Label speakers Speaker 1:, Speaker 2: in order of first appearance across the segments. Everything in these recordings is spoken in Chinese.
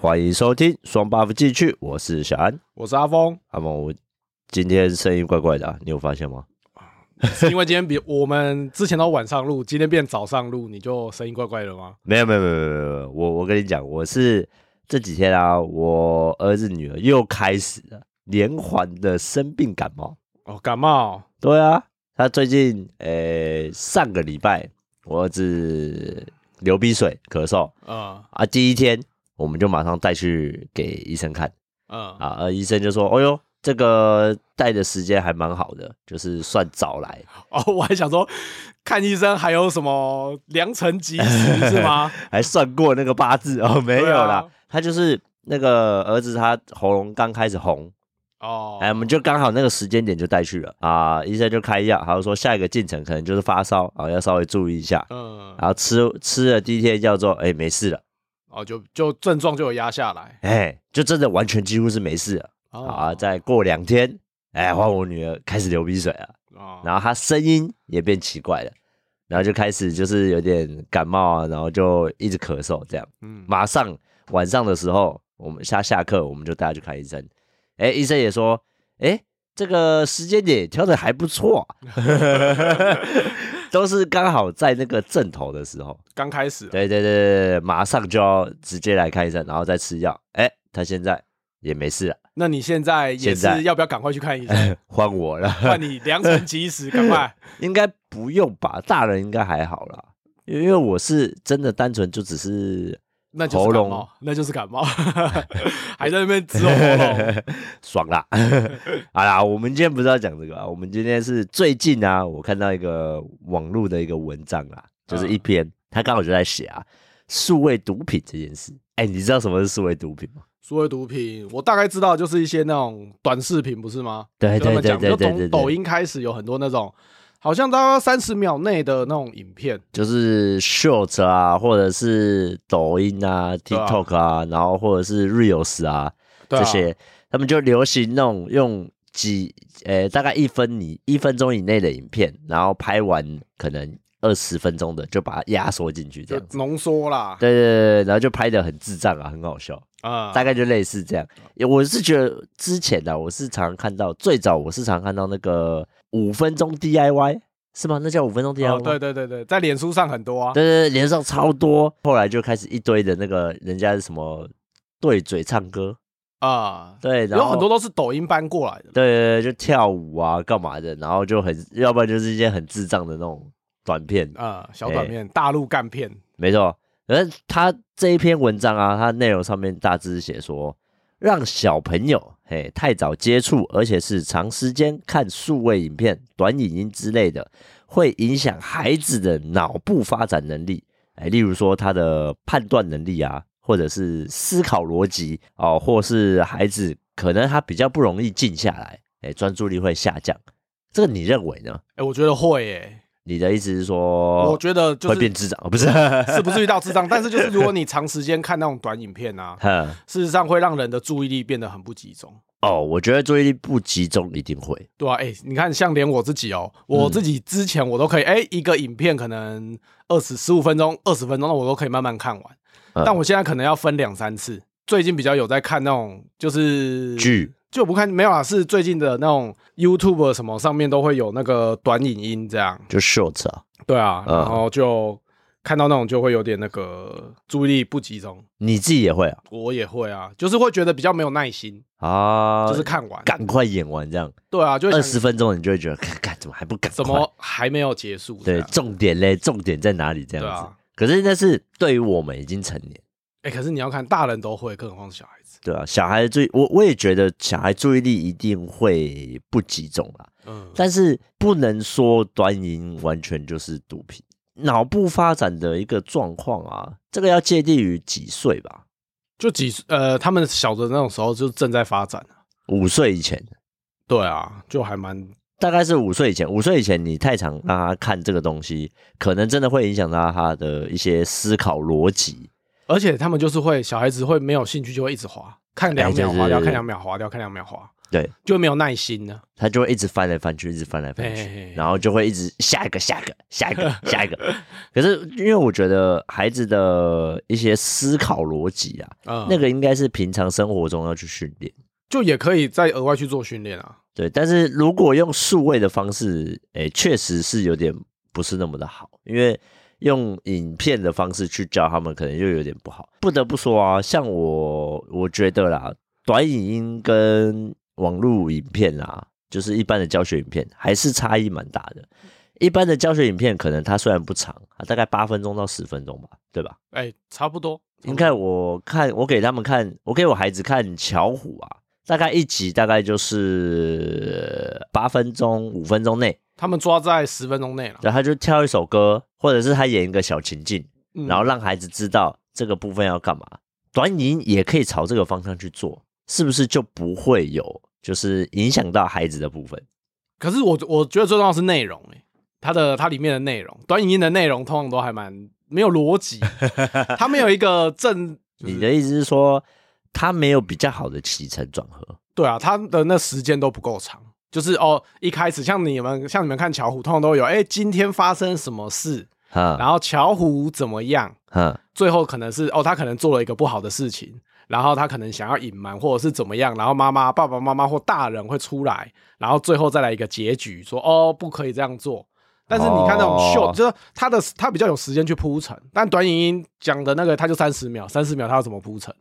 Speaker 1: 欢迎收听双 buff 进去，我是小安。
Speaker 2: 我是阿峰，
Speaker 1: 阿蒙，我今天声音怪怪的、啊，你有发现吗？
Speaker 2: 是 因为今天比我们之前都晚上录，今天变早上录，你就声音怪怪的吗？
Speaker 1: 没有，没有，没有，没有没有，没有我我跟你讲，我是这几天啊，我儿子女儿又开始了连环的生病感冒。
Speaker 2: 哦，感冒，
Speaker 1: 对啊，他最近呃上个礼拜我儿子流鼻水咳嗽
Speaker 2: 嗯
Speaker 1: 啊，第一天我们就马上带去给医生看
Speaker 2: 嗯
Speaker 1: 啊，而医生就说：“哎呦，这个带的时间还蛮好的，就是算早来。
Speaker 2: 哦，我还想说，看医生还有什么良辰吉时是吗？
Speaker 1: 还算过那个八字 哦，没有啦，
Speaker 2: 对啊
Speaker 1: 他就是那个儿子，他喉咙刚开始红，
Speaker 2: 哦，
Speaker 1: 哎，我们就刚好那个时间点就带去了啊，医生就开药，还有说下一个进程可能就是发烧啊，要稍微注意一下，
Speaker 2: 嗯，
Speaker 1: 然后吃吃了第一天药之后，哎，没事了，
Speaker 2: 哦，就就症状就有压下来
Speaker 1: 哎，就真的完全几乎是没事了
Speaker 2: 哦
Speaker 1: 啊，再过两天，哎，换我女儿开始流鼻水了，
Speaker 2: 啊
Speaker 1: 然后她声音也变奇怪了。然后就开始就是有点感冒啊，然后就一直咳嗽这样。
Speaker 2: 嗯
Speaker 1: 马上晚上的时候，我们下下课我们就带他去看医生。哎，医生也说，哎，这个时间点挑的还不错啊、都是刚好在那个正头的时候。
Speaker 2: 刚开始啊
Speaker 1: 对对对对对，马上就要直接来看医生，然后再吃药。哎，他现在也没事了，
Speaker 2: 那你现在也
Speaker 1: 现在
Speaker 2: 是要不要赶快去看 医生？
Speaker 1: 换我了，
Speaker 2: 换你良辰吉时，赶 快。
Speaker 1: 应该不用吧？大人应该还好啦。因为我是真的单纯就只是
Speaker 2: 那就是
Speaker 1: 喉
Speaker 2: 感
Speaker 1: 咙
Speaker 2: 冒，那就是感冒， 还在那边指我喉咙。
Speaker 1: 爽啦！好啦，我们今天不是要讲这个啊，我们今天是最近啊，我看到一个网络的一个文章啊，就是一篇，他刚好就在写啊，数位毒品这件事。哎、你知道什么是数位毒品吗？
Speaker 2: 数位毒品，我大概知道就是一些那种短视频，不是吗？
Speaker 1: 对
Speaker 2: 就他
Speaker 1: 对
Speaker 2: 们
Speaker 1: 哎对
Speaker 2: 讲，
Speaker 1: 对
Speaker 2: 就
Speaker 1: 对
Speaker 2: 从
Speaker 1: 对
Speaker 2: 抖
Speaker 1: 对，
Speaker 2: 音开始有很多那种，好像大概三十秒内的那种影片，
Speaker 1: 就是 short 啊，或者是抖音啊、
Speaker 2: 对啊
Speaker 1: TikTok 啊，然后或者是 reels 啊
Speaker 2: 对啊
Speaker 1: 这些，他们就流行那种用几呃大概一分以一分钟以内的影片，然后拍完可能二十分钟的就把它压缩进去这
Speaker 2: 就
Speaker 1: 样子。
Speaker 2: 浓缩啦。
Speaker 1: 对对对对，然后就拍的很智障啊，很好笑，
Speaker 2: 啊，
Speaker 1: 大概就类似这样。我是觉得之前的、啊、我是常看到，最早我是常看到那个五分钟 DIY 是吗？那叫五分钟 DIY 吗、
Speaker 2: 哦，对对对对，在脸书上很多啊。
Speaker 1: 对对对，连上超多，后来就开始一堆的那个人家是什么对嘴唱歌，
Speaker 2: 啊，
Speaker 1: 对，然后
Speaker 2: 有很多都是抖音搬过来的。
Speaker 1: 对对对，就跳舞啊干嘛的，然后就很，要不然就是一些很智障的那种短片，
Speaker 2: 啊，小短
Speaker 1: 哎
Speaker 2: 片，大陆干片，
Speaker 1: 没错。而他这一篇文章啊，它内容上面大致是写说，让小朋友嘿太早接触，而且是长时间看数位影片、短影音之类的，会影响孩子的脑部发展能力。哎，例如说他的判断能力啊，或者是思考逻辑哦，或是孩子可能他比较不容易静下来，哎，专注力会下降。这个你认为呢？
Speaker 2: 哎，我觉得会诶，你
Speaker 1: 你的意思是说，
Speaker 2: 我觉得就
Speaker 1: 会
Speaker 2: 是
Speaker 1: 变智障？哦 不是，
Speaker 2: 是不至于到智障，但是就是如果你长时间看那种短影片啊，
Speaker 1: 哼
Speaker 2: 事实上会让人的注意力变得很不集中。
Speaker 1: 哦，我觉得注意力不集中一定会，
Speaker 2: 对啊，哎、你看，像连我自己哦，我
Speaker 1: 嗯
Speaker 2: 自己之前我都可以，哎、一个影片可能二十十五分钟、二十分钟，那我都可以慢慢看完。
Speaker 1: 嗯
Speaker 2: 但我现在可能要分两三次。最近比较有在看那种就是
Speaker 1: 剧，
Speaker 2: 就我不看没有啊，是最近的那种 YouTube 什么上面都会有那个短影音这样。
Speaker 1: 就 short 啊。
Speaker 2: 对啊，
Speaker 1: 嗯
Speaker 2: 然后就看到那种就会有点那个注意力不集中。
Speaker 1: 你自己也会啊？
Speaker 2: 我也会啊，就是会觉得比较没有耐心，
Speaker 1: 啊，
Speaker 2: 就是看完。
Speaker 1: 赶快演完这样，
Speaker 2: 对啊，就会
Speaker 1: 二
Speaker 2: 想
Speaker 1: 十分钟你就会觉得，看看怎么还不赶快？
Speaker 2: 怎么还没有结束这
Speaker 1: 对，
Speaker 2: 样？
Speaker 1: 重点嘞，重点在哪里？这
Speaker 2: 对
Speaker 1: 样子。
Speaker 2: 啊。
Speaker 1: 可是那是对于我们已经成年，
Speaker 2: 哎、可是你要看，大人都会，更何况是小孩子。
Speaker 1: 对啊，小孩的注意，我我也觉得小孩注意力一定会不集中啦。
Speaker 2: 嗯，
Speaker 1: 但是不能说端音完全就是毒品，脑部发展的一个状况啊，这个要界定于几岁吧？
Speaker 2: 就几岁呃，他们小的那种时候就正在发展。啊
Speaker 1: 五岁以前。
Speaker 2: 对啊，就还蛮
Speaker 1: 大概是五岁以前，五岁以前你太常让他看这个东西，可能真的会影响到他的一些思考逻辑。
Speaker 2: 而且他们就是会小孩子会没有兴趣，就会一直滑，看两
Speaker 1: 哎就
Speaker 2: 秒划掉，
Speaker 1: 是
Speaker 2: 看两秒划掉，看两秒划，
Speaker 1: 对，
Speaker 2: 就没有耐心了。
Speaker 1: 他就会一直翻来翻去，一直翻来翻
Speaker 2: 嘿嘿
Speaker 1: 去
Speaker 2: 嘿，
Speaker 1: 然后就会一直下一个、下一个、下 一个、下一个。可是因为我觉得孩子的一些思考逻辑啊，
Speaker 2: 嗯，
Speaker 1: 那个应该是平常生活中要去训练。
Speaker 2: 就也可以再额外去做训练啊。
Speaker 1: 对，但是如果用数位的方式，诶，确实是有点不是那么的好，因为用影片的方式去教他们，可能又有点不好。不得不说啊，像我，我觉得啦，短影音跟网络影片啊，就是一般的教学影片，还是差异蛮大的。一般的教学影片可能它虽然不长，啊大概八分钟到十分钟吧，对吧？
Speaker 2: 哎、差不多。
Speaker 1: 你看，我看我给他们看，我给我孩子看巧虎啊，大概一集大概就是八分钟、五分钟内，
Speaker 2: 他们抓在十分钟内了。
Speaker 1: 然后他就挑一首歌，或者是他演一个小情境，
Speaker 2: 嗯
Speaker 1: 然后让孩子知道这个部分要干嘛。短影音也可以朝这个方向去做，是不是就不会有就是影响到孩子的部分？
Speaker 2: 可是我我觉得最重要的是内容、欸，它的它里面的内容，短影音的内容通常都还蛮没有逻 辑，它没有一个正，就是
Speaker 1: 你的意思是说，他没有比较好的起承转合？
Speaker 2: 对啊，它的那时间都不够长。就是哦，一开始像你们像你们看巧虎，通常都有哎、今天发生什么事，
Speaker 1: 哈
Speaker 2: 然后巧虎怎么样，
Speaker 1: 哈，
Speaker 2: 最后可能是哦，他可能做了一个不好的事情，然后他可能想要隐瞒或者是怎么样，然后妈妈、爸爸妈妈或大人会出来，然后最后再来一个结局，说哦不可以这样做。但是你看那种秀，
Speaker 1: 哦
Speaker 2: 就是他的他比较有时间去铺陈，但短影音讲的那个他就三十秒，三十秒他要怎么铺陈？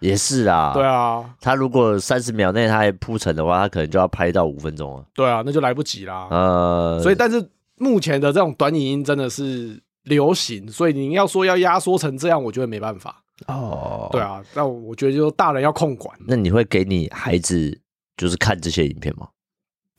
Speaker 1: 也是啊，
Speaker 2: 对啊，
Speaker 1: 他如果三十秒内他还铺陈的话，他可能就要拍到五分钟啊。
Speaker 2: 对啊，那就来不及啦。
Speaker 1: 呃，
Speaker 2: 所以，但是目前的这种短影音真的是流行，所以你要说要压缩成这样，我觉得没办法。
Speaker 1: 哦，
Speaker 2: 对，啊，那我觉得就是大人要控管。
Speaker 1: 那你会给你孩子就是看这些影片吗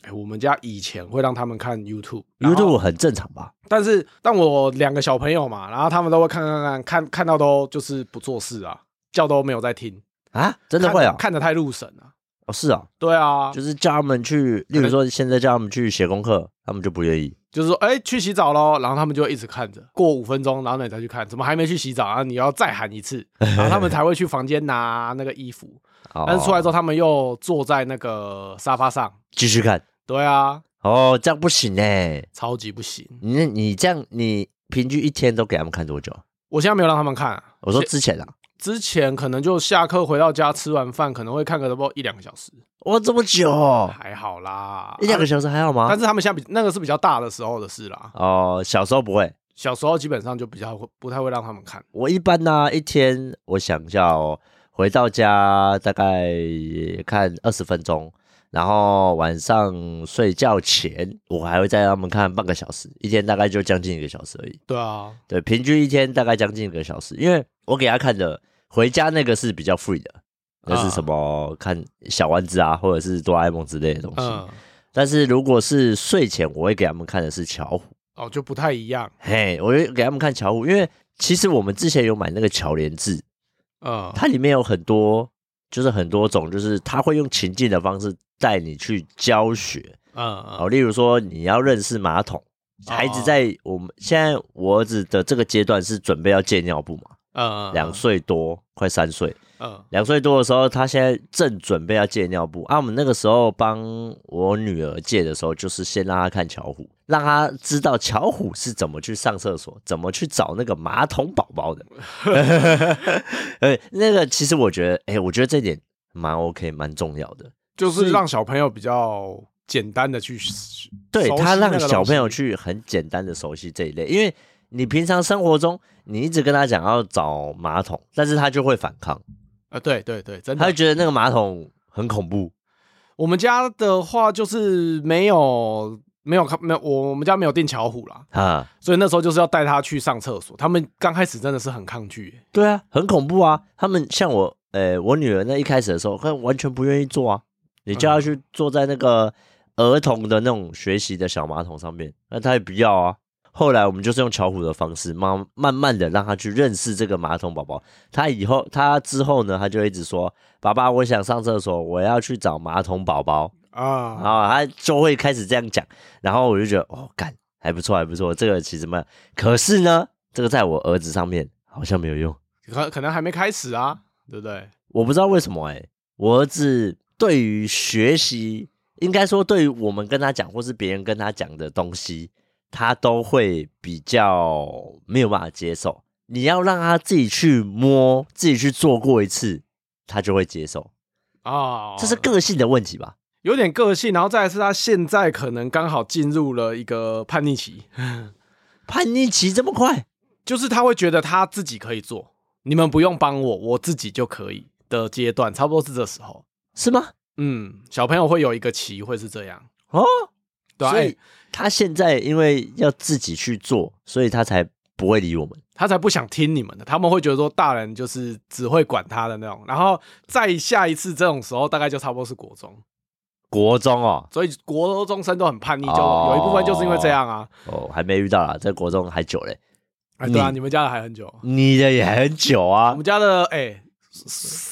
Speaker 2: 哎、我们家以前会让他们看 YouTube，然后
Speaker 1: ？YouTube 很正常吧？
Speaker 2: 但是但我两个小朋友嘛，然后他们都会看看看看看到都就是不做事啊，叫都没有在听，
Speaker 1: 啊，真的会
Speaker 2: 看
Speaker 1: 啊
Speaker 2: 得？看得太入神了。
Speaker 1: 哦，是啊，
Speaker 2: 对啊，
Speaker 1: 就是叫他们去，例如说现在叫他们去写功课，他们就不愿意。
Speaker 2: 就是说，哎、去洗澡喽，然后他们就一直看着，过五分钟，然后你再去看，怎么还没去洗澡啊？你要再喊 一次，然后他们才会去房间拿那个衣服。
Speaker 1: 哦，
Speaker 2: 但是出来之后，他们又坐在那个沙发上。
Speaker 1: 继续看。
Speaker 2: 对啊，
Speaker 1: 哦，这样不行哎、
Speaker 2: 超级不行。
Speaker 1: 你那你这样，你平均一天都给他们看多久？
Speaker 2: 我现在没有让他们看啊、
Speaker 1: 我说之前啊，
Speaker 2: 之前可能就下课回到家吃完饭，可能会看个差不多一两个小时，
Speaker 1: 哇，这么久哦、
Speaker 2: 还好啦，
Speaker 1: 一两个小时还好吗
Speaker 2: 啊但？是他们现在比那个是比较大的时候的事啦，
Speaker 1: 哦，小时候不会。
Speaker 2: 小时候基本上就比较会不太会让他们看。
Speaker 1: 我一般呢、一天我想一下哦，回到家大概看二十分钟，然后晚上睡觉前我还会再让他们看半个小时，一天大概就将近一个小时而已。
Speaker 2: 对啊，
Speaker 1: 对，平均一天大概将近一个小时，因为我给他看的回家那个是比较 free 的，那是什么、看小丸子啊，或者是哆啦 A 梦之类的东西。
Speaker 2: 嗯，
Speaker 1: 但是如果是睡前，我会给他们看的是巧虎。
Speaker 2: 哦，就不太一样，
Speaker 1: 嘿，我就给他们看巧虎，因为其实我们之前有买那个巧莲智，
Speaker 2: 嗯，
Speaker 1: 它里面有很多，就是很多种，就是它会用情境的方式带你去教学
Speaker 2: 嗯
Speaker 1: 哦。
Speaker 2: 嗯，哦
Speaker 1: 例如说，你要认识马桶，孩子在我们现在我儿子的这个阶段是准备要戒尿布嘛，
Speaker 2: 嗯，
Speaker 1: 两岁多，快三岁，
Speaker 2: 嗯，
Speaker 1: 两岁多的时候，他现在正准备要戒尿布啊。我们那个时候帮我女儿戒的时候，就是先让她看巧虎，让她知道巧虎是怎么去上厕所，怎么去找那个马桶宝宝的。 呃，那个其实我觉得，哎、我觉得这点蛮 OK，蛮重要的。
Speaker 2: 就是让小朋友比较简单的去，
Speaker 1: 对
Speaker 2: 熟悉
Speaker 1: 他
Speaker 2: 那
Speaker 1: 让
Speaker 2: 个
Speaker 1: 小
Speaker 2: 东
Speaker 1: 朋友
Speaker 2: 西，
Speaker 1: 去很简单的熟悉这一类，因为你平常生活中你一直跟他讲要找马桶，但是他就会反抗，
Speaker 2: 呃，对对对，真
Speaker 1: 他
Speaker 2: 的
Speaker 1: 就，觉得那个马桶很恐怖。
Speaker 2: 我们家的话就是没有没有看没有我我们家没有订巧虎啦，
Speaker 1: 啊，
Speaker 2: 所以那时候就是要带他去上厕所。他们刚开始真的是很抗拒、欸
Speaker 1: 对啊，很恐怖啊！他们像我，呃，我女儿那一开始的时候，她完全不愿意坐啊。你叫她去坐在那个儿童的那种学习的小马桶上面，那她也不要啊。后来我们就是用巧虎的方式，慢慢慢的让她去认识这个马桶宝宝。她以后，她之后呢，她就一直说：“爸爸，我想上厕所，我要去找马桶宝宝。”然
Speaker 2: 啊，
Speaker 1: 后他就会开始这样讲，然后我就觉得哦，干还不错，还不错，这个其实蛮。可是呢，这个在我儿子上面好像没有用，
Speaker 2: 可可能还没开始啊，对不对？
Speaker 1: 我不知道为什么哎、我儿子对于学习，应该说对于我们跟他讲或是别人跟他讲的东西，他都会比较没有办法接受。你要让他自己去摸，自己去做过一次，他就会接受。
Speaker 2: 哦，
Speaker 1: 这是个性的问题吧？
Speaker 2: 有点个性，然后再来是他现在可能刚好进入了一个叛逆期，
Speaker 1: 叛逆期这么快？
Speaker 2: 就是他会觉得他自己可以做，你们不用帮我，我自己就可以的阶段，差不多是这时候。
Speaker 1: 是吗？
Speaker 2: 嗯，小朋友会有一个期会是这样，
Speaker 1: 哦，
Speaker 2: 对、啊，
Speaker 1: 所以
Speaker 2: 哎
Speaker 1: 他现在因为要自己去做，所以他才不会理我们。
Speaker 2: 他才不想听你们的，他们会觉得说大人就是只会管他的那种，然后再下一次这种时候，大概就差不多是国中，
Speaker 1: 国中哦，
Speaker 2: 所以国中生都很叛逆，就
Speaker 1: 哦
Speaker 2: 有一部分就是因为这样啊，
Speaker 1: 哦，还没遇到啦，在国中还久嘞，
Speaker 2: 哎，对啊，
Speaker 1: 你
Speaker 2: 你们家的还很久，
Speaker 1: 你的也很久
Speaker 2: 我
Speaker 1: 嗯啊
Speaker 2: 们。家的哎，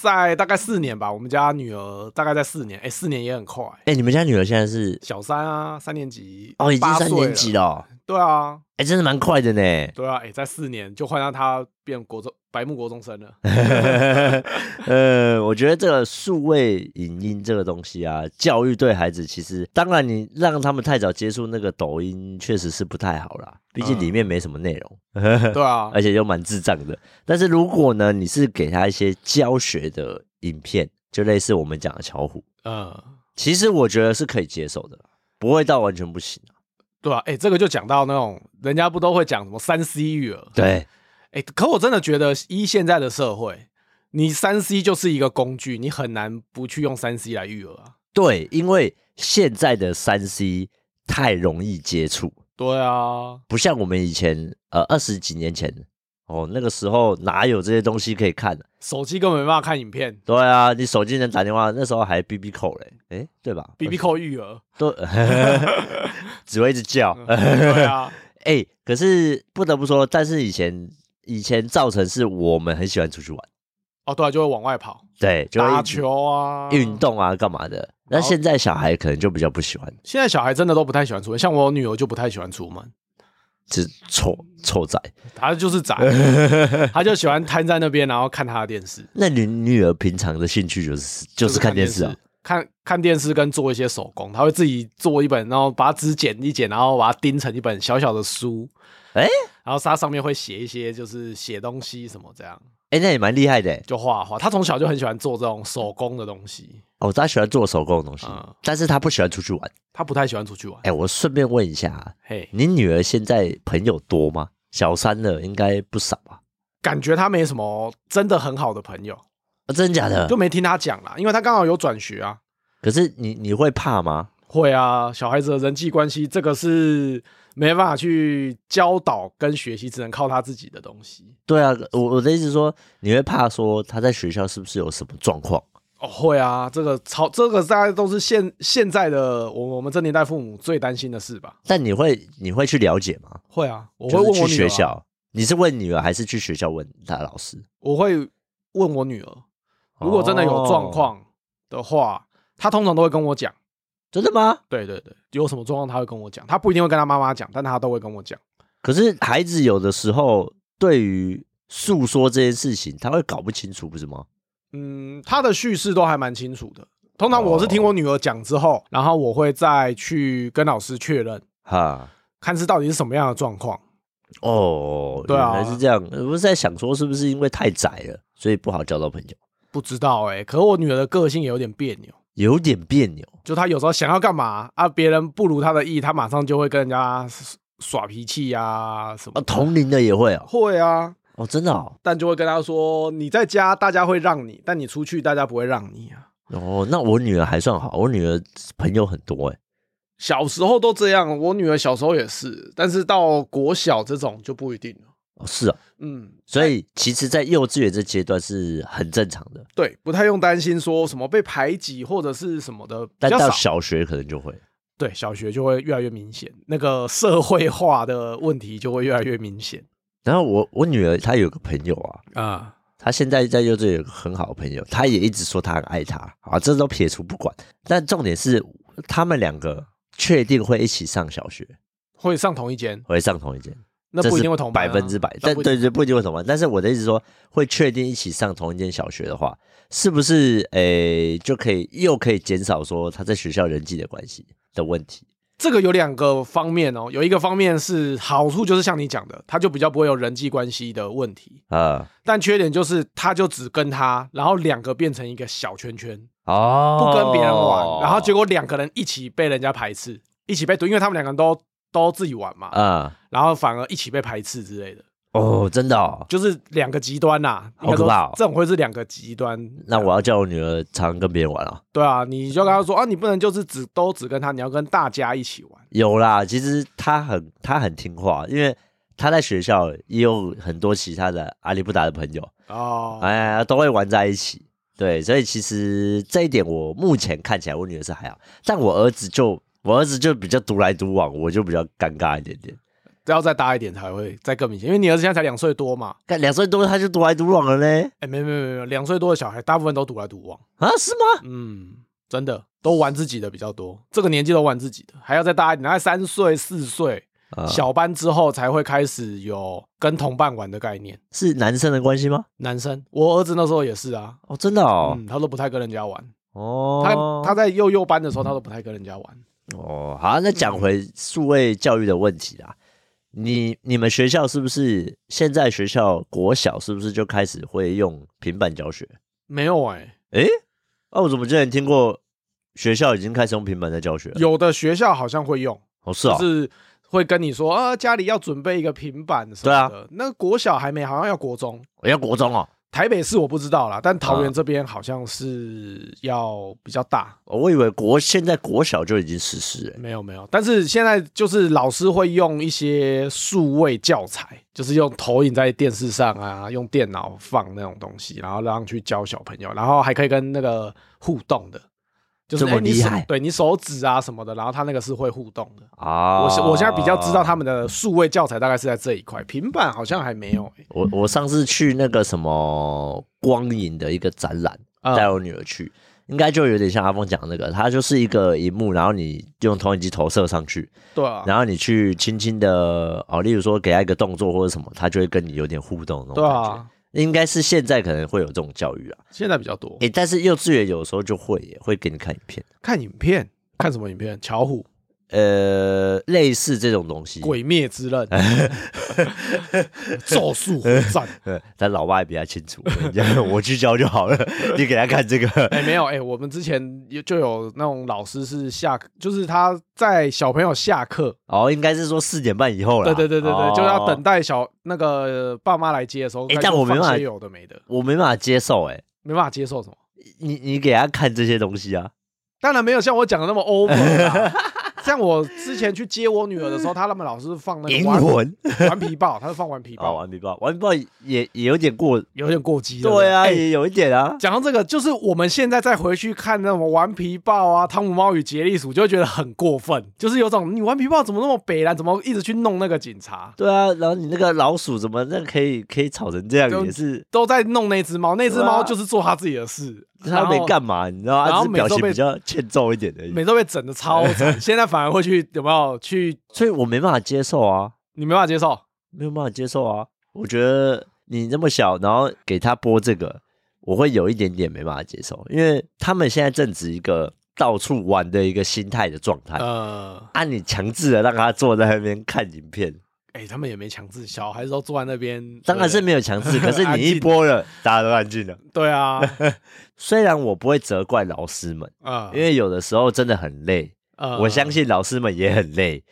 Speaker 2: 在大概四年吧，我们家女儿大概在四年，哎，四年也很快，
Speaker 1: 哎、你们家女儿现在是
Speaker 2: 小三啊，三年级
Speaker 1: 哦，已经
Speaker 2: 八
Speaker 1: 三
Speaker 2: 岁
Speaker 1: 年级了哦，
Speaker 2: 对啊，
Speaker 1: 哎、真的蛮快的呢。
Speaker 2: 对啊，哎，在四年就换到她变国中白目国中生 了，
Speaker 1: 呃，我觉得这个数位影音这个东西啊，教育对孩子其实，当然你让他们太早接触那个抖音，确实是不太好啦，毕竟
Speaker 2: 嗯
Speaker 1: 里面没什么内容。
Speaker 2: 对啊，
Speaker 1: 而且又蛮智障的。但是如果呢，你是给他一些教学的影片，就类似我们讲的巧虎，
Speaker 2: 嗯。
Speaker 1: 其实我觉得是可以接受的啦，不会到完全不行、
Speaker 2: 对啊，哎、这个就讲到那种人家不都会讲什么三 C 育儿？
Speaker 1: 对，
Speaker 2: 哎、可我真的觉得，依现在的社会，你三 C 就是一个工具，你很难不去用三 C 来育儿啊。
Speaker 1: 对，因为现在的三 C 太容易接触，
Speaker 2: 对啊，
Speaker 1: 不像我们以前呃二十几年前哦，那个时候哪有这些东西可以看、啊？
Speaker 2: 手机根本没办法看影片
Speaker 1: 对啊，你手机能打电话，那时候还 B B 扣嘞，诶，对吧
Speaker 2: ，B B 扣育儿。
Speaker 1: 都只会一直叫。
Speaker 2: 对啊，
Speaker 1: 哎、可是不得不说，但是以前以前造成是我们很喜欢出去玩，
Speaker 2: 哦，对啊，就会往外跑，
Speaker 1: 对，就会
Speaker 2: 打
Speaker 1: 一直
Speaker 2: 球啊，
Speaker 1: 运。动啊，干嘛的。那
Speaker 2: 然后
Speaker 1: 现在小孩可能就比较不喜欢，
Speaker 2: 现在小孩真的都不太喜欢出门，像我女儿就不太喜欢出门，
Speaker 1: 就是臭臭仔。
Speaker 2: 她就 是宅，她就喜欢瘫在那边，然后看她的电视，
Speaker 1: 那你女儿平常的兴趣就是就是看电视啊？。
Speaker 2: 看看电视跟做一些手工，她会自己做一本，然后把它纸剪一剪，然后把它钉成一本小小的书。
Speaker 1: 诶
Speaker 2: 然后它上面会写一些，就是写东西什么这样，
Speaker 1: 哎、那也蛮厉害的欸
Speaker 2: 就画画。她从小就很喜欢做这种手工的东西，
Speaker 1: 哦。她喜欢做手工的东西，
Speaker 2: 嗯
Speaker 1: 但是她不喜欢出去玩。
Speaker 2: 她不太喜欢出去玩
Speaker 1: 哎、。我顺便问一下啊，
Speaker 2: 嘿，
Speaker 1: 你女儿现在朋友多吗？小三了应该不少吧？
Speaker 2: 感觉她没什么真的很好的朋友，
Speaker 1: 啊、真的假的
Speaker 2: 就？没听她讲啦，因为她刚好有转学啊。
Speaker 1: 可是你你会怕吗？
Speaker 2: 会啊，小孩子的人际关系这个是没办法去教导跟学习，只能靠他自己的东西。
Speaker 1: 对啊，我我的意思是说，你会怕说他在学校是不是有什么状况？
Speaker 2: 哦，会啊，这个超这个大家都是现现在的我我们这年代父母最担心的事吧？
Speaker 1: 但你会你会去了解吗？
Speaker 2: 会啊，我会
Speaker 1: 就
Speaker 2: 问
Speaker 1: 是
Speaker 2: 我女儿啊、
Speaker 1: 去学校，你是问女儿还是去学校问他老师？
Speaker 2: 我会问我女儿，如果真的有状
Speaker 1: 哦，
Speaker 2: 况的话，她通常都会跟我讲。
Speaker 1: 真的吗？
Speaker 2: 对对对，有什么状况她会跟我讲，她不一定会跟她妈妈讲，但她都会跟我讲。
Speaker 1: 可是孩子有的时候对于诉说这件事情，他会搞不清楚，不是吗？
Speaker 2: 嗯，他的叙事都还蛮清楚的。通常我是听我女儿讲之后，然后我会再去跟老师确认，
Speaker 1: 哈，
Speaker 2: 看是到底是什么样的状况。
Speaker 1: 哦，
Speaker 2: 对啊
Speaker 1: 原来是这样。我是在想说，是不是因为太窄了，所以不好交到朋友，
Speaker 2: 不知道哎、可我女儿的个性也有点别扭，
Speaker 1: 有点别扭。
Speaker 2: 就她有时候想要干嘛啊，别人不如她的意，她马上就会跟人家耍脾气呀、什么
Speaker 1: 啊，
Speaker 2: 的。
Speaker 1: 同龄的也会哦，
Speaker 2: 会啊，
Speaker 1: 哦，真的哦，
Speaker 2: 但就会跟她说，你在家大家会让你，但你出去大家不会让你啊。
Speaker 1: 哦，那我女儿还算好，我女儿朋友很多哎。
Speaker 2: 小时候都这样，我女儿小时候也是，但是到国小这种就不一定了。
Speaker 1: 哦，是哦，
Speaker 2: 嗯，
Speaker 1: 所以其实，在幼稚园这阶段是很正常的，
Speaker 2: 对，不太用担心说什么被排挤或者是什么的，比
Speaker 1: 但
Speaker 2: 较
Speaker 1: 到
Speaker 2: 少。
Speaker 1: 小学可能就会。
Speaker 2: 对，小学就会越来越明显，那个社会化的问题就会越来越明显
Speaker 1: 然后我我女儿她有个朋友啊，
Speaker 2: 啊。
Speaker 1: 她现在在幼稚园有个很好的朋友，她也一直说她很爱她啊，这都撇除不管。但重点是，他们两个确定会一起上小学，
Speaker 2: 会上同一间，
Speaker 1: 会上同一间。
Speaker 2: 那
Speaker 1: 这
Speaker 2: 不一
Speaker 1: 是
Speaker 2: 定会同班
Speaker 1: 百
Speaker 2: 啊
Speaker 1: 分之百，
Speaker 2: 那
Speaker 1: 但
Speaker 2: 不一
Speaker 1: 对对不一定会同班。但是我的意思说，会确定一起上同一间小学的话，是不是诶、就可以又可以减少说他在学校人际的关系的问题？
Speaker 2: 这个有两个方面哦，有一个方面是好处，就是像你讲的，他就比较不会有人际关系的问题，
Speaker 1: 啊、
Speaker 2: 但缺点就是他就只跟他，然后两个变成一个小圈圈，
Speaker 1: 哦，
Speaker 2: 不跟别人玩，然后结果两个人一起被人家排斥，一起被毒，因为他们两个人都都自己玩嘛，
Speaker 1: 啊、
Speaker 2: 然后反而一起被排斥之类的，
Speaker 1: 哦，真的、哦。
Speaker 2: 就是两个极端呐、
Speaker 1: 好可怕哦
Speaker 2: 应该说这种会是两个极端。
Speaker 1: 那我要叫我女儿常跟别人玩啊、
Speaker 2: 对啊，你就跟他说啊，你不能就是只都只跟他，你要跟大家一起玩。
Speaker 1: 有啦，其实她很她很听话，因为她在学校也有很多其他的阿里不达的朋友，
Speaker 2: 哦，
Speaker 1: 哎，都会玩在一起。对，所以其实这一点我目前看起来我女儿是还好，但我儿子就我儿子就比较独来独往，我就比较尴尬一点点。
Speaker 2: 要再大一点才会再更明显，因为你儿子现在才两岁多嘛。
Speaker 1: 干两岁多他就独来独往了呢？
Speaker 2: 哎，没没没没，两岁多的小孩大部分都独来独往，
Speaker 1: 啊，是吗？
Speaker 2: 嗯，真的都玩自己的比较多，这个年纪都玩自己的，还要再大一点，大概三岁四岁。
Speaker 1: 啊
Speaker 2: 小班之后才会开始有跟同伴玩的概念。
Speaker 1: 是男生的关系吗？
Speaker 2: 男生，我儿子那时候也是啊，
Speaker 1: 哦，真的哦，
Speaker 2: 嗯，他都不太跟人家玩。
Speaker 1: 哦，
Speaker 2: 嗯他他在幼幼班的时候，他都不太跟人家玩。
Speaker 1: 哦，好，那
Speaker 2: 嗯
Speaker 1: 讲回数位教育的问题啦，你你们学校是不是现在学校国小是不是就开始会用平板教学？
Speaker 2: 没有哎、
Speaker 1: 诶，啊，我怎么之前听过学校已经开始用平板在教学了？
Speaker 2: 有的学校好像会用，
Speaker 1: 哦，是
Speaker 2: 就
Speaker 1: 哦，
Speaker 2: 是会跟你说啊，家里要准备一个平板什
Speaker 1: 啊
Speaker 2: 么的。那国小还没，好像要国中。
Speaker 1: 我要国中哦，
Speaker 2: 台北市我不知道啦，但桃
Speaker 1: 啊
Speaker 2: 园这边好像是要比较大，
Speaker 1: 哦我以为国现在国小就已经实施了。
Speaker 2: 没有没有。但是现在就是老师会用一些数位教材，就是用投影在电视上啊，用电脑放那种东西，然后让去教小朋友，然后还可以跟那个互动的，就是哎
Speaker 1: 这么
Speaker 2: 诶你
Speaker 1: 厉
Speaker 2: 手
Speaker 1: 害
Speaker 2: 对你手指啊什么的，然后他那个是会互动的。
Speaker 1: 啊
Speaker 2: 我是我现在比较知道他们的数位教材大概是在这一块，平板好像还没有、欸。
Speaker 1: 我我上次去那个什么光影的一个展览，
Speaker 2: 嗯
Speaker 1: 带我女儿去，应该就有点像阿峰讲的那个，它就是一个荧幕，然后你用投影机投射上去，
Speaker 2: 对啊，
Speaker 1: 然后你去轻轻的哦，例如说给他一个动作或者什么，他就会跟你有点互动那种
Speaker 2: 对
Speaker 1: 感觉。
Speaker 2: 啊，
Speaker 1: 应该是现在可能会有这种教育啊，
Speaker 2: 现在比较多。
Speaker 1: 诶，但是幼稚园有时候就会耶会给你看影片，
Speaker 2: 看影片，看什么影片？巧虎、
Speaker 1: 呃，类似这种东西。
Speaker 2: 鬼灭之刃、 咒术回战。
Speaker 1: 呃，但老爸也比较清楚，我跟你讲我去教就好了， 你给他看这个。
Speaker 2: 哎、没有哎、我们之前有就有那种老师是下，就是他在小朋友下课，
Speaker 1: 哦，应该是说四点半以后
Speaker 2: 对
Speaker 1: 了。
Speaker 2: 对对对对，
Speaker 1: 哦
Speaker 2: 就要等。待小那个爸妈来接的时候，
Speaker 1: 哎
Speaker 2: 开始
Speaker 1: 但我没
Speaker 2: 放
Speaker 1: 办法
Speaker 2: 些有的没的，
Speaker 1: 我没办法接受，哎，
Speaker 2: 没办法接受什么。
Speaker 1: 你你给他看这些东西啊，
Speaker 2: 当然没有像我讲的那么 over 啦。像我之前去接我女儿的时候，她他们老师放那
Speaker 1: 银
Speaker 2: 个顽
Speaker 1: 魂
Speaker 2: 顽皮豹，他是放顽皮
Speaker 1: 啊，
Speaker 2: 豹，
Speaker 1: 完美豹，完美豹也也有点过，
Speaker 2: 有点过激。不
Speaker 1: 对啊，
Speaker 2: 哎
Speaker 1: 也有一点啊。
Speaker 2: 讲到这个，就是我们现在再回去看那种顽皮豹啊、汤姆猫与杰利鼠，就会觉得很过分，就是有种你顽皮豹怎么那么北蓝，怎么一直去弄那个警察，
Speaker 1: 对啊，然后你那个老鼠怎么那可以可以吵成这样，
Speaker 2: 就
Speaker 1: 也是
Speaker 2: 都在弄那只猫，那只
Speaker 1: 对啊
Speaker 2: 猫就是做它自己的事，
Speaker 1: 它没干嘛，你知道吗？
Speaker 2: 然
Speaker 1: 它
Speaker 2: 后
Speaker 1: 只是表
Speaker 2: 每周
Speaker 1: 情
Speaker 2: 被
Speaker 1: 比较欠揍一点而
Speaker 2: 然后
Speaker 1: 已，
Speaker 2: 每次都被整的超惨， 现在反而会去有没有去，
Speaker 1: 所以我没办法接受啊，
Speaker 2: 你没办法接受。
Speaker 1: 没有办法接受啊。我觉得你这么小，然后给他播这个，我会有一点点没办法接受，因为他们现在正值一个到处玩的一个心态的状态。
Speaker 2: 呃，
Speaker 1: 啊！你强制的让他坐在那边看影片，
Speaker 2: 哎、他们也没强制，小孩子都坐在那边，
Speaker 1: 当然
Speaker 2: 对啊
Speaker 1: 是没有强 制，可是
Speaker 2: 安
Speaker 1: 你一
Speaker 2: 静
Speaker 1: 播了，大家都安静了。
Speaker 2: 对啊，
Speaker 1: 虽然我不会责怪老师们，
Speaker 2: 嗯，
Speaker 1: 因为有的时候真的很累，
Speaker 2: 呃
Speaker 1: 我相，信老师们也很 累，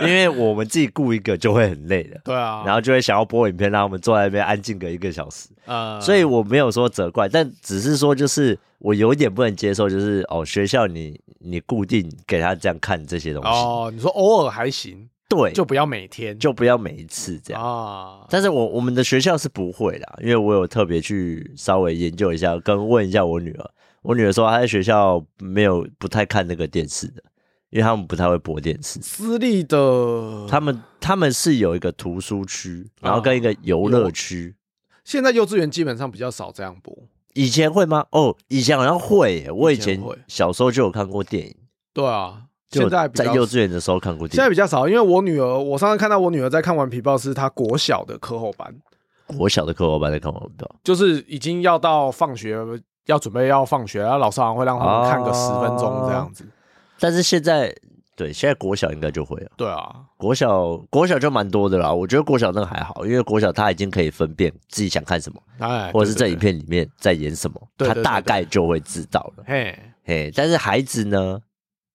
Speaker 1: 因为我们自己雇一个就会很累了，
Speaker 2: 对啊，
Speaker 1: 然后就会想要播影片，让我们坐在那边安静个一个小时。
Speaker 2: 呃，
Speaker 1: 所以我没有说责怪，但只是说就是我有一点不能接受，就是哦，学校你你固定给他这样看这些东西，
Speaker 2: 哦，你说偶尔还行，
Speaker 1: 对，
Speaker 2: 就
Speaker 1: 就
Speaker 2: 不要每天
Speaker 1: 就不要每一次这样。
Speaker 2: 啊，
Speaker 1: 但是我我们的学校是不会啦，因为我有特别去稍微研究一下，跟问一下我女儿。我女儿说她在学校没有不太看那个电视的，因为他们不太会播电视。
Speaker 2: 私立的，
Speaker 1: 他们他们是有一个图书区，
Speaker 2: 啊
Speaker 1: 然后跟一个游乐区。
Speaker 2: 现在幼稚园基本上比较少这样播。
Speaker 1: 以前会吗？哦，以前好像会耶。我以
Speaker 2: 以前
Speaker 1: 前
Speaker 2: 会
Speaker 1: 小时候就有看过电影，
Speaker 2: 对啊，
Speaker 1: 就
Speaker 2: 现在比
Speaker 1: 在
Speaker 2: 较
Speaker 1: 幼稚园的时候看过
Speaker 2: 现
Speaker 1: 电
Speaker 2: 在
Speaker 1: 影，
Speaker 2: 比较少，因为我女儿，我上次看到我女儿在看《顽皮豹》是她国小的课后班，
Speaker 1: 我小的课后班在看完不到，
Speaker 2: 就是已经要到放学，要准备要放学，然后老师好像会让他们看个十分钟这样子。
Speaker 1: 哦但是现在对现在国小应该就会了，
Speaker 2: 对啊，
Speaker 1: 国小国小就蛮多的啦。我觉得国小那个还好，因为国小他已经可以分辨自己想看什么，
Speaker 2: 哎，
Speaker 1: 或者是
Speaker 2: 对
Speaker 1: 这影，片里面在演什么，
Speaker 2: 对
Speaker 1: 他
Speaker 2: 对对
Speaker 1: 大
Speaker 2: 对
Speaker 1: 概就会知道了
Speaker 2: 对。对嘿，
Speaker 1: 嘿，但是孩子呢，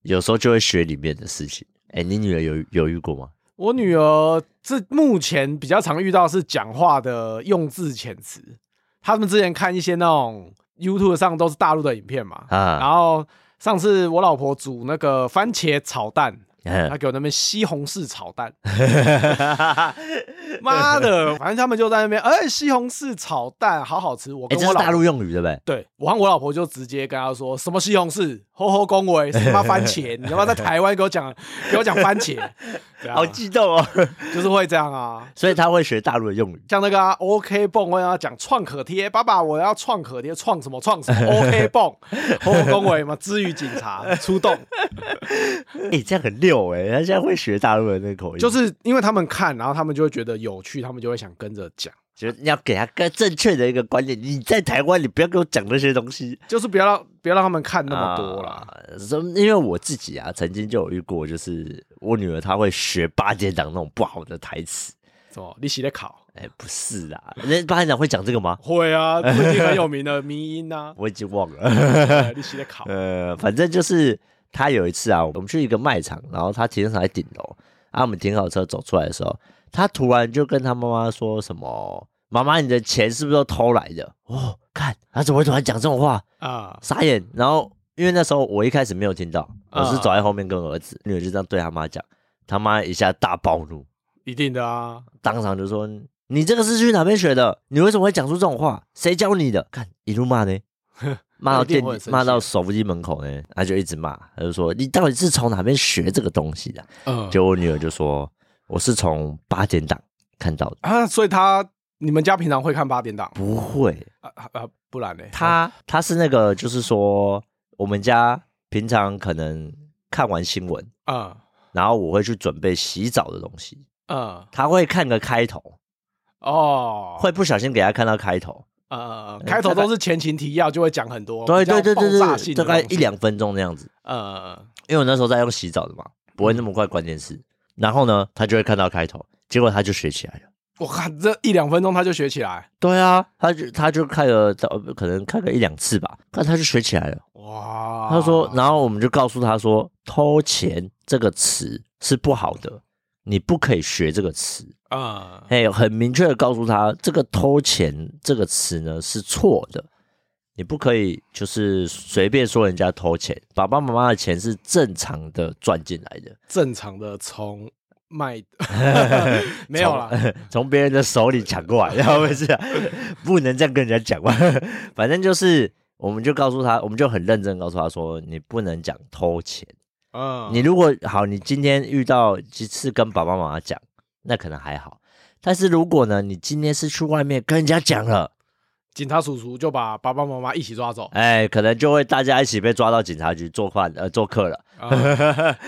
Speaker 1: 有时候就会学里面的事情。哎、你女儿有有遇过吗？
Speaker 2: 我女儿这目前比较常遇到是讲话的用字遣词，他们之前看一些那种 YouTube 上都是大陆的影片嘛，
Speaker 1: 啊，
Speaker 2: 然后上次我老婆煮那个番茄炒蛋，
Speaker 1: 嗯
Speaker 2: 她给我那边西红柿炒 蛋，妈的，反正他们就在那边，哎、西红柿炒蛋好好吃，我
Speaker 1: 哎、
Speaker 2: 跟
Speaker 1: 这
Speaker 2: 我
Speaker 1: 是
Speaker 2: 老
Speaker 1: 大
Speaker 2: 婆
Speaker 1: 陆用语对不对？
Speaker 2: 对，我和我老婆就直接跟她说什么西红柿，吼吼恭维，什么番茄，你他妈在台湾给 我讲，给我讲番茄，对啊
Speaker 1: 好，激动哦！
Speaker 2: 就是会这样啊。
Speaker 1: 所以他会学大陆的用 语。
Speaker 2: 像那个、啊、OK 泵，我要讲创可贴，爸爸我要创可贴，创什么创什么 OK 泵， 吼吼恭维嘛，至于警察出动，
Speaker 1: 哎、这样很溜哎、他现在会学大陆的那个口音，
Speaker 2: 就是因为他们看，然后他们就会觉得有趣，他们就会想跟着讲，
Speaker 1: 觉得你要给他更正确的一个观念。你在台湾，你不要给我讲那些东西
Speaker 2: 就是不要让不要让他们看那么多啦。
Speaker 1: 啊什么因为我自己啊，曾经就有遇过，就是我女儿她会学八点档那种不好的台词。
Speaker 2: 什么利息在考，
Speaker 1: 哎、不是啦，那八点档会讲这个吗？
Speaker 2: 会啊，最近很有名的迷音呐、
Speaker 1: 我已经忘了。
Speaker 2: 啊，利息在 考，
Speaker 1: 呃，反正就是他有一次啊，我们去一个卖场，然后他停车场在顶楼，啊，我们停好车走出来的时候，他突然就跟他妈妈说什么：“妈妈，你的钱是不是都偷来的？”哦，看他怎么会突然讲这种话，
Speaker 2: 啊，
Speaker 1: 傻眼。然后因为那时候我一开始没有听到，我是
Speaker 2: 啊
Speaker 1: 走在后面跟儿子，女儿就这样对他妈讲，他妈一下大暴怒，
Speaker 2: 一定的啊，
Speaker 1: 当场就说：“你这个是去哪边学的？你为什么会讲出这种话？谁教你的？”看一路 骂呢，骂到
Speaker 2: 一定
Speaker 1: 店
Speaker 2: 会很生气啊
Speaker 1: 骂到手机门口呢，他就一直骂，他就说：“你到底是从哪边学这个东西的、
Speaker 2: 嗯，
Speaker 1: 结果我女儿就说：“我是从八点档看到的。”
Speaker 2: 啊，所以他你们家平常会看八点档
Speaker 1: 不会，
Speaker 2: 啊啊啊，不然呢？
Speaker 1: 她她是那个，就是说我们家平常可能看完新闻，
Speaker 2: 嗯
Speaker 1: 然后我会去准备洗澡的东西，
Speaker 2: 嗯
Speaker 1: 她会看个开头，
Speaker 2: 哦，
Speaker 1: 会不小心给她看到开头，
Speaker 2: 呃，开头都是前情提要，就会讲很多，
Speaker 1: 对
Speaker 2: 哦比较
Speaker 1: 对对对
Speaker 2: 爆炸性
Speaker 1: 对，
Speaker 2: 的
Speaker 1: 大概
Speaker 2: 东西
Speaker 1: 一两分钟那样子。
Speaker 2: 呃，
Speaker 1: 因为我那时候在用洗澡的嘛，不会那么快关电视。然后呢，他就会看到开头，结果他就学起来了。
Speaker 2: 我看这一两分钟他就学起来，
Speaker 1: 对啊，他就他就看了，呃可能看个一两次吧，但他就学起来了。
Speaker 2: 哇，
Speaker 1: 他说，然后我们就告诉他说，偷钱这个词是不好的，你不可以学这个词。
Speaker 2: 嗯
Speaker 1: 哎，很明确的告诉他，这个偷钱这个词呢是错的，你不可以就是随便说人家偷钱。爸爸妈妈的钱是正常的赚进来的，
Speaker 2: 正常的从卖 没有啦，
Speaker 1: 从别人的手里抢过来，然后 不是啊、不能这样跟人家讲话。 反正就是，我们就告诉他，我们就很认真地告诉他说，你不能讲偷钱。
Speaker 2: 嗯，
Speaker 1: 你如果好，你今天遇到几次跟爸爸妈妈讲，那可能还好。但是如果呢，你今天是去外面跟人家讲了，
Speaker 2: 警察叔叔就把爸爸妈妈一起 抓走。
Speaker 1: 哎，可能就会大家一起被抓到警察局做饭呃做客了。
Speaker 2: 啊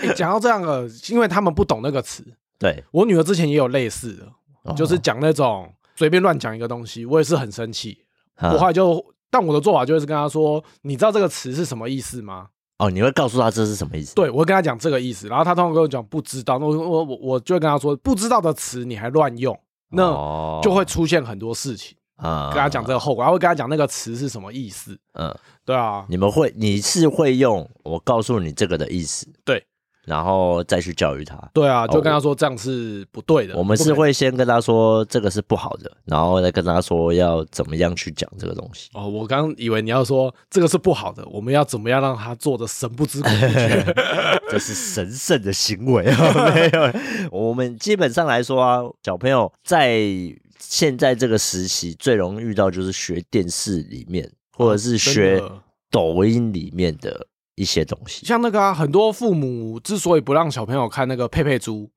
Speaker 2: 诶讲到这样的，因为他们不懂那个词，
Speaker 1: 对，
Speaker 2: 我女儿之前也有类似的，就是
Speaker 1: 哦
Speaker 2: 讲那种随便乱讲一个东西，我也是很生气，
Speaker 1: 啊
Speaker 2: 我后来就，但我的做法就是跟他说：“你知道这个词是什么意思吗
Speaker 1: 哦，你会告诉他这是什么意思？”，
Speaker 2: 对，我会跟他讲这个意思，然后他通常跟我讲不知道，那我我我我就会跟他说，不知道的词你还乱用，那
Speaker 1: 哦
Speaker 2: 就会出现很多事情。
Speaker 1: 啊
Speaker 2: 跟他讲这个后果，然后会跟他讲那个词是什么意思。
Speaker 1: 嗯。
Speaker 2: 对啊，
Speaker 1: 你们会，你是会用我告诉你这个的意思，
Speaker 2: 对，
Speaker 1: 然后再去教育他。
Speaker 2: 对啊，就跟他说这样是不对的。
Speaker 1: 哦我们
Speaker 2: 不
Speaker 1: 是
Speaker 2: 可以
Speaker 1: 会先跟他说这个是不好的，然后再跟他说要怎么样去讲这个东西。
Speaker 2: 哦，我刚以为你要说这个是不好的，我们要怎么样让他做的神不知鬼不觉。
Speaker 1: 这是神圣的行为 啊！没有，我们基本上来说啊，小朋友在现在这个时期最容易遇到就是学电视里面 或者是学
Speaker 2: 哦真的
Speaker 1: 抖音里面的一些东西。
Speaker 2: 像那个啊，很多父母之所以不让小朋友看那个佩佩猪，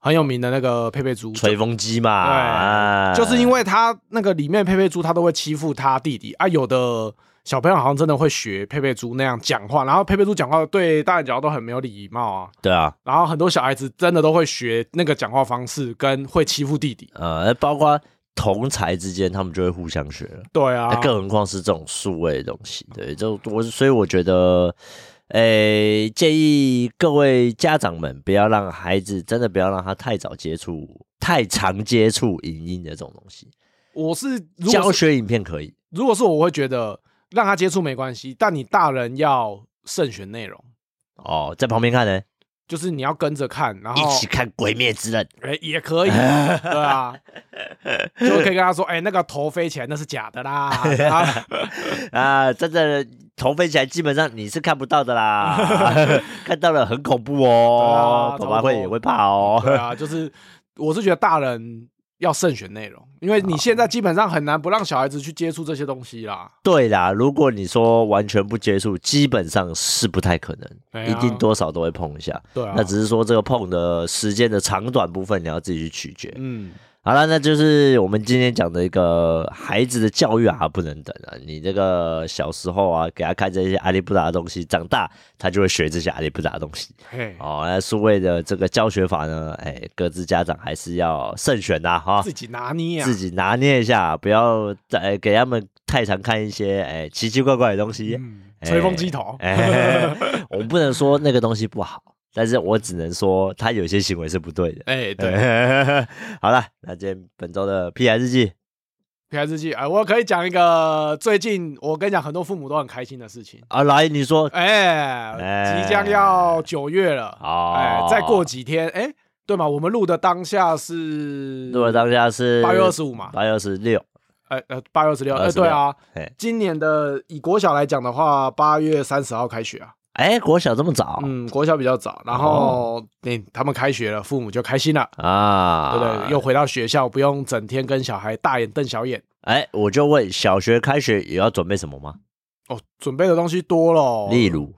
Speaker 2: 很有名的那个佩佩猪，
Speaker 1: 吹风机嘛，
Speaker 2: 对
Speaker 1: 啊
Speaker 2: 就是因为他那个里面佩佩猪，他都会欺负他弟弟啊。有的小朋友好像真的会学佩佩猪那样讲话，然后佩佩猪讲话对大人讲话都很没有礼貌啊。
Speaker 1: 对啊，
Speaker 2: 然后很多小孩子真的都会学那个讲话方式，跟会欺负弟弟。
Speaker 1: 呃，包括同才之间，他们就会互相学了。
Speaker 2: 对啊
Speaker 1: 那，更何况是这种数位的东西，对，就我所以我觉得，诶、建议各位家长们不要让孩子真的不要让他太早接触、太常接触影音的这种东西。
Speaker 2: 我是如
Speaker 1: 教
Speaker 2: 果是
Speaker 1: 学影片可以，
Speaker 2: 如果是我会觉得让他接触没关系，但你大人要慎选内容，
Speaker 1: 哦，在旁边看呢，
Speaker 2: 就是你要跟着看，然后
Speaker 1: 一起看《鬼灭之刃》
Speaker 2: 哎、也可以，对啊，就可以跟他说，哎、那个头飞起来那是假的啦，啊
Speaker 1: 啊，真的头飞起来基本上你是看不到的 啦，看到了很恐怖哦，
Speaker 2: 对
Speaker 1: 爸爸
Speaker 2: 啊超恐
Speaker 1: 会
Speaker 2: 怖
Speaker 1: 也会怕 哦。
Speaker 2: 对啊，就是我是觉得大人要慎选内容，因为你现在基本上很难不让小孩子去接触这些东西啦。
Speaker 1: 对啦，如果你说完全不接触，基本上是不太可能，
Speaker 2: 对啊
Speaker 1: 一定多少都会碰一下。
Speaker 2: 对啊
Speaker 1: 那，只是说这个碰的时间的长短部分，你要自己去取决。
Speaker 2: 嗯，
Speaker 1: 好了，那就是我们今天讲的一个孩子的教育啊，不能等啊！你这个小时候啊，给他看这些阿里不达的东西，长大他就会学这些阿里不达的东西。
Speaker 2: 嘿，
Speaker 1: 哦，那数位的这个教学法呢，哎，各自家长还是要慎选呐、哈。
Speaker 2: 自己拿捏啊
Speaker 1: 自，己拿捏一下，不要再、呃给他们太常看一些哎、奇奇怪怪的东西。
Speaker 2: 嗯，
Speaker 1: 哎
Speaker 2: 吹风机头，
Speaker 1: 哎、 我不能说那个东西不好，但是我只能说他有些行为是不对的。
Speaker 2: 哎，对，
Speaker 1: 对， 好了，那今天本周的 P I 日记，
Speaker 2: 平安日记，哎，我可以讲一个最近我跟你讲，很多父母都很开心的事情，
Speaker 1: 啊，来你说
Speaker 2: 哎，即将要九月了，
Speaker 1: 哦
Speaker 2: 哎，再过几天，哎，对嘛，我们录的当下是
Speaker 1: 如果当下是
Speaker 2: 八月二十五嘛，
Speaker 1: 八月二十六，
Speaker 2: 呃呃，八月二十六，呃，
Speaker 1: 26
Speaker 2: 对啊
Speaker 1: 嘿，
Speaker 2: 今年的以国小来讲的话，八月三十号开学啊，
Speaker 1: 哎，国小这么早、
Speaker 2: 嗯，国小比较早，然后那他们开学了，父母就开心了，
Speaker 1: 啊？
Speaker 2: 对不对？又回到学校，不用整天跟小孩大眼瞪小眼。
Speaker 1: 哎，我就问，小学开学也要准备什么吗？
Speaker 2: 哦，准备的东西多了，
Speaker 1: 例如，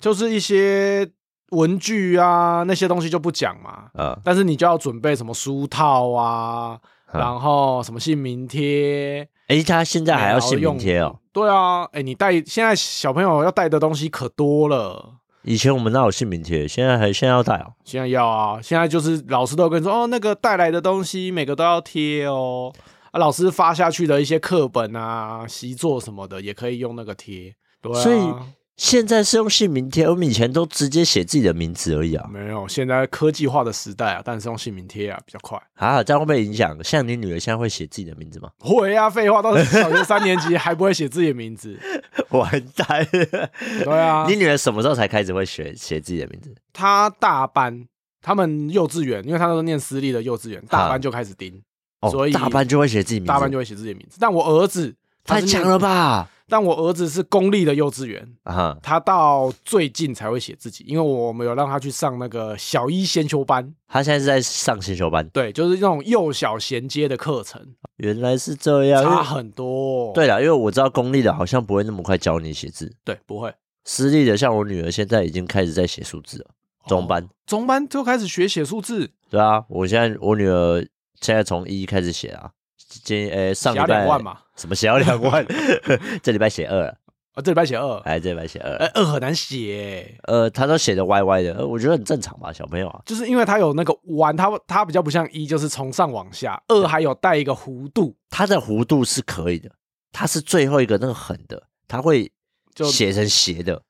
Speaker 2: 就是一些文具啊那些东西就不讲嘛，
Speaker 1: 呃，
Speaker 2: 但是你就要准备什么书套啊，
Speaker 1: 嗯
Speaker 2: 然后什么姓名贴。
Speaker 1: 哎，他现在还要姓名贴哦。
Speaker 2: 对啊，哎，你带现在小朋友要带的东西可多了。
Speaker 1: 以前我们哪有姓名贴，现在还现在要带哦。
Speaker 2: 现在要啊，现在就是老师都跟你说哦，那个带来的东西每个都要贴哦。啊，老师发下去的一些课本啊、习作什么的，也可以用那个贴。对、啊，
Speaker 1: 所以现在是用姓名贴，我们以前都直接写自己的名字而已啊。
Speaker 2: 没有现在科技化的时代啊，但是用姓名贴啊比较快。
Speaker 1: 啊，这样会不会影响？像你女儿现在会写自己的名字吗？
Speaker 2: 会啊，废话，到小学三年级还不会写自己的名字。
Speaker 1: 完蛋！
Speaker 2: 对啊
Speaker 1: 你，女儿什么时候才开始会学写自己的名字？
Speaker 2: 他大班，他们幼稚园，因为他都念私立的幼稚园，大班就开始盯，
Speaker 1: 哦，
Speaker 2: 所以
Speaker 1: 大班就会写自己名字，
Speaker 2: 大班就会写自己的名字。但我儿子
Speaker 1: 太强了！
Speaker 2: 他是念
Speaker 1: 吧？
Speaker 2: 但我儿子是公立的幼稚园，
Speaker 1: 啊，
Speaker 2: 他到最近才会写自己，因为我们有让他去上那个小一先修班，
Speaker 1: 她现在是在上先修班，
Speaker 2: 对，就是那种幼小衔接的课程，
Speaker 1: 原来是这样。因
Speaker 2: 差
Speaker 1: 为
Speaker 2: 很多。
Speaker 1: 对了，因为我知道公立的好像不会那么快教你写字，
Speaker 2: 对，不会，
Speaker 1: 私立的像我女儿现在已经开始在写数字了，中班。
Speaker 2: 中班就开始学写数字，
Speaker 1: 对啊，我现在我女儿现在从一开始写啊，今呃上礼
Speaker 2: 写
Speaker 1: 拜
Speaker 2: 两万嘛，
Speaker 1: 什么写到两 万，这礼拜写二了，
Speaker 2: 啊，这礼拜写二，
Speaker 1: 哎，这礼拜写二
Speaker 2: 呃
Speaker 1: 了，，
Speaker 2: 二很难写，欸
Speaker 1: 呃，她都写的歪歪的，呃我觉得很正常吧，小朋友啊，
Speaker 2: 就是因为它有那个弯，它它比较不像一，就是从上往下，二还有带一个弧度，
Speaker 1: 她的弧度是可以的，她是最后一个那个横的，她会
Speaker 2: 就
Speaker 1: 写成斜的，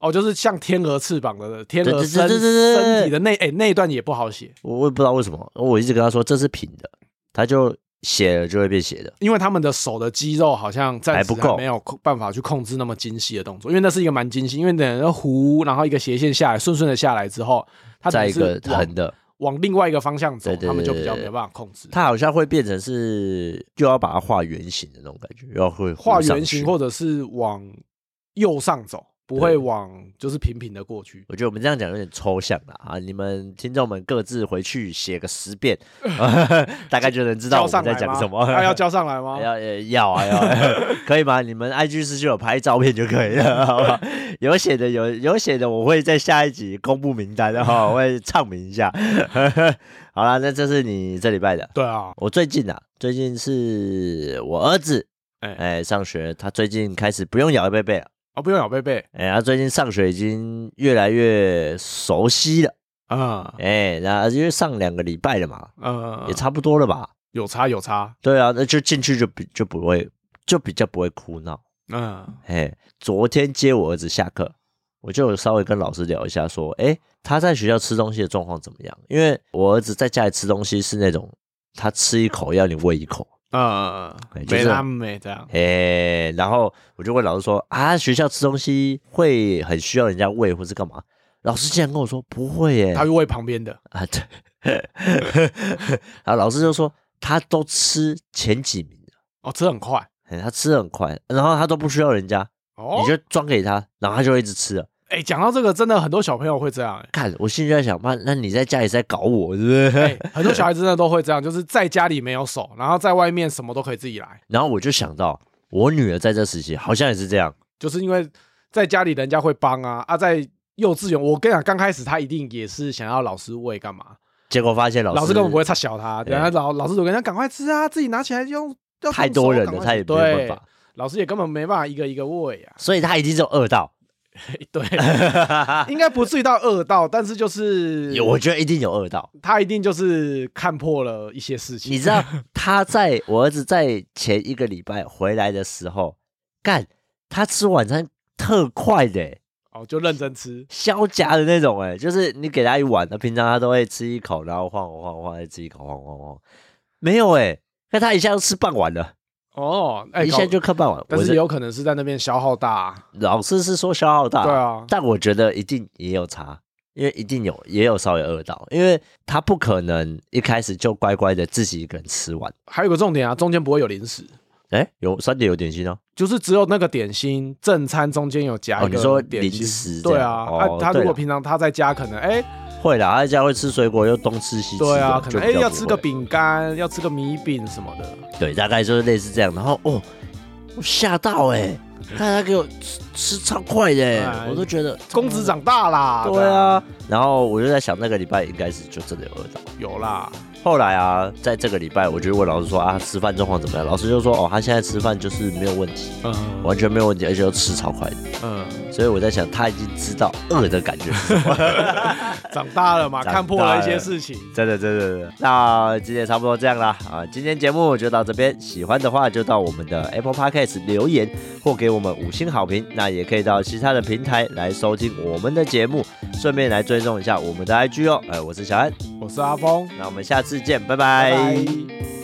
Speaker 2: 哦，就是像天鹅翅膀的天
Speaker 1: 对
Speaker 2: 鹅
Speaker 1: 对
Speaker 2: 身
Speaker 1: 对对对对
Speaker 2: 身体的那哎那一段也不好写，
Speaker 1: 我我也不知道为什么，我一直跟她说这是平的，她就写了就会变斜的，
Speaker 2: 因为他们的手的肌肉好像暂时
Speaker 1: 还不够
Speaker 2: 没有控办法去控制那么精细的动作，因为那是一个蛮精细，因为等个弧，然后一个斜线下来，顺顺的下来之后，它
Speaker 1: 再一个
Speaker 2: 往
Speaker 1: 横的，
Speaker 2: 往另外一个方向走，
Speaker 1: 对对对
Speaker 2: 他们就比
Speaker 1: 对
Speaker 2: 较
Speaker 1: 对
Speaker 2: 没办法控制。
Speaker 1: 她好像会变成是又要把它画圆形的那种感觉，又要会糊
Speaker 2: 画
Speaker 1: 上
Speaker 2: 圆形
Speaker 1: 去
Speaker 2: 或者是往右上走，不会往就是平平的过去。
Speaker 1: 我觉得我们这样讲有点抽象了啊！你们听众们各自回去写个十 遍， 大概就能知道
Speaker 2: 交
Speaker 1: 我们
Speaker 2: 上来
Speaker 1: 在
Speaker 2: 吗？
Speaker 1: 讲什么。
Speaker 2: 啊要交上来吗？
Speaker 1: 要呃要啊要啊， 可以吗？你们 IG 私讯有拍照片就可以 了，好吧？有写的有有写的，我会在下一集公布名单的 哈，我会唱名一下。 好啦，那这是你这礼拜的。
Speaker 2: 对啊，
Speaker 1: 我最近啊，最近是我儿子
Speaker 2: 哎
Speaker 1: 哎、上学，他最近开始不用咬贝贝了，
Speaker 2: 哦，不用咬贝贝，
Speaker 1: 哎、他最近上学已经越来越熟悉了，
Speaker 2: 嗯
Speaker 1: 哎、那因为上两个礼拜了嘛，
Speaker 2: 嗯
Speaker 1: 也，差不多了吧？
Speaker 2: 有差有差，
Speaker 1: 对啊，那就进去就比就不会就比较不会哭闹。
Speaker 2: 嗯
Speaker 1: 哎，昨天接我儿子下课，我就有稍微跟老师聊一下，说，哎，他在学校吃东西的状况怎么样？因为我儿子在家里吃东西是那种，他吃一口要你喂一口，
Speaker 2: 嗯
Speaker 1: 哎，就
Speaker 2: 没
Speaker 1: 是
Speaker 2: 那么美这样，
Speaker 1: 哎，然后我就问老师说，啊，学校吃东西会很需要人家喂或是干嘛？老师竟然跟我说不会耶，
Speaker 2: 他会喂旁边的，
Speaker 1: 啊，对， 然后老师就说他都吃前几名的，
Speaker 2: 哦，吃很快，
Speaker 1: 哎他吃得很快，然后他都不需要人家，
Speaker 2: 哦
Speaker 1: 你，就装给他，然后他就会一直吃了。
Speaker 2: 哎，讲到这个，真的很多小朋友会这样， 哎
Speaker 1: 看，我心里就在想，妈，那你在家里是在搞我，是不是？
Speaker 2: 哎，很多小孩真的都会这样，就是在家里没有手，然后在外面什么都可以自己来，
Speaker 1: 然后我就想到，我女儿在这时期好像也是这样，
Speaker 2: 就是因为在家里人家会帮啊啊，在幼稚园，我跟你讲，刚开始他一定也是想要老师喂干嘛，
Speaker 1: 结果发现老师
Speaker 2: 老师根本不会插小他，
Speaker 1: 对
Speaker 2: 然后老老师就跟他赶快吃啊，自己拿起来用。要动
Speaker 1: 太多
Speaker 2: 手
Speaker 1: 人
Speaker 2: 赶
Speaker 1: 了，
Speaker 2: 快
Speaker 1: 她也
Speaker 2: 吃
Speaker 1: 没有办
Speaker 2: 对
Speaker 1: 法，
Speaker 2: 老师也根本没办法一个一个喂 啊。
Speaker 1: 所以她一定是有饿到。
Speaker 2: 对， 应该不至于到饿到，但是就是
Speaker 1: 有，我觉得一定有饿到。
Speaker 2: 他一定就是看破了一些事情。
Speaker 1: 你 知道他在我儿子在前一个礼拜回来的时候，干他吃晚餐特快的、
Speaker 2: 哦，就认真吃，
Speaker 1: 削夹的那种、欸，就是你给他一碗，他平常他都会吃一口，然后晃晃晃晃，再吃一口晃晃晃，没有哎、那他一下就吃半碗了，
Speaker 2: 哦，哎，
Speaker 1: 一
Speaker 2: 搞
Speaker 1: 下就，嗑半碗。
Speaker 2: 但
Speaker 1: 我
Speaker 2: 是有可能是在那边消耗大啊。
Speaker 1: 老师是说消耗大，
Speaker 2: 对啊，
Speaker 1: 但我觉得一定也有差，因为一定有也有稍微饿到，因为他不可能一开始就乖乖的自己一个人吃完。
Speaker 2: 还有个重点啊，中间不会有零食，
Speaker 1: 哎，有三点有点心哦，
Speaker 2: 就是只有那个点心正餐中间有夹
Speaker 1: 哦
Speaker 2: 一
Speaker 1: 你说
Speaker 2: 个点
Speaker 1: 零食
Speaker 2: 心。
Speaker 1: 这
Speaker 2: 对
Speaker 1: 样
Speaker 2: 啊，啊
Speaker 1: 哦，
Speaker 2: 他
Speaker 1: 对
Speaker 2: 如果
Speaker 1: 了
Speaker 2: 平常他在家可能哎，
Speaker 1: 会啦，他在家会吃水果，又东吃西吃的，
Speaker 2: 对啊，可
Speaker 1: 就
Speaker 2: 能
Speaker 1: 比
Speaker 2: 哎
Speaker 1: 较
Speaker 2: 要
Speaker 1: 不
Speaker 2: 吃
Speaker 1: 会
Speaker 2: 个，饼干，要吃个米饼什么的。
Speaker 1: 对，大概就是类似这样。然后哦，我吓到哎、看他给我吃吃超快的、
Speaker 2: 哎
Speaker 1: 我都觉得嗯
Speaker 2: 公子长大啦，
Speaker 1: 对啊，然后我就在想，那个礼拜应该是就真的有饿到。
Speaker 2: 这样，有啦，
Speaker 1: 后来啊，在这个礼拜，我就问老师说啊，吃饭状况怎么样？老师就说哦，他现在吃饭就是没有问题，
Speaker 2: 嗯
Speaker 1: 完全没有问题，而且又吃超快的。
Speaker 2: 嗯。
Speaker 1: 所以我在想，他已经知道饿的感觉是什么。
Speaker 2: 长大了嘛，
Speaker 1: 长大了
Speaker 2: 看破了一些事情。
Speaker 1: 真的，真的，真的。那今天差不多这样啦啊，今天节目就到这边。喜欢的话就到我们的 Apple Podcast 留言或给我们五星好评，那也可以到其他的平台来收听我们的节目，顺便来追踪一下我们的 IG 哦。哎、我是小安，
Speaker 2: 我是阿峰，
Speaker 1: 那我们下次见，
Speaker 2: 拜拜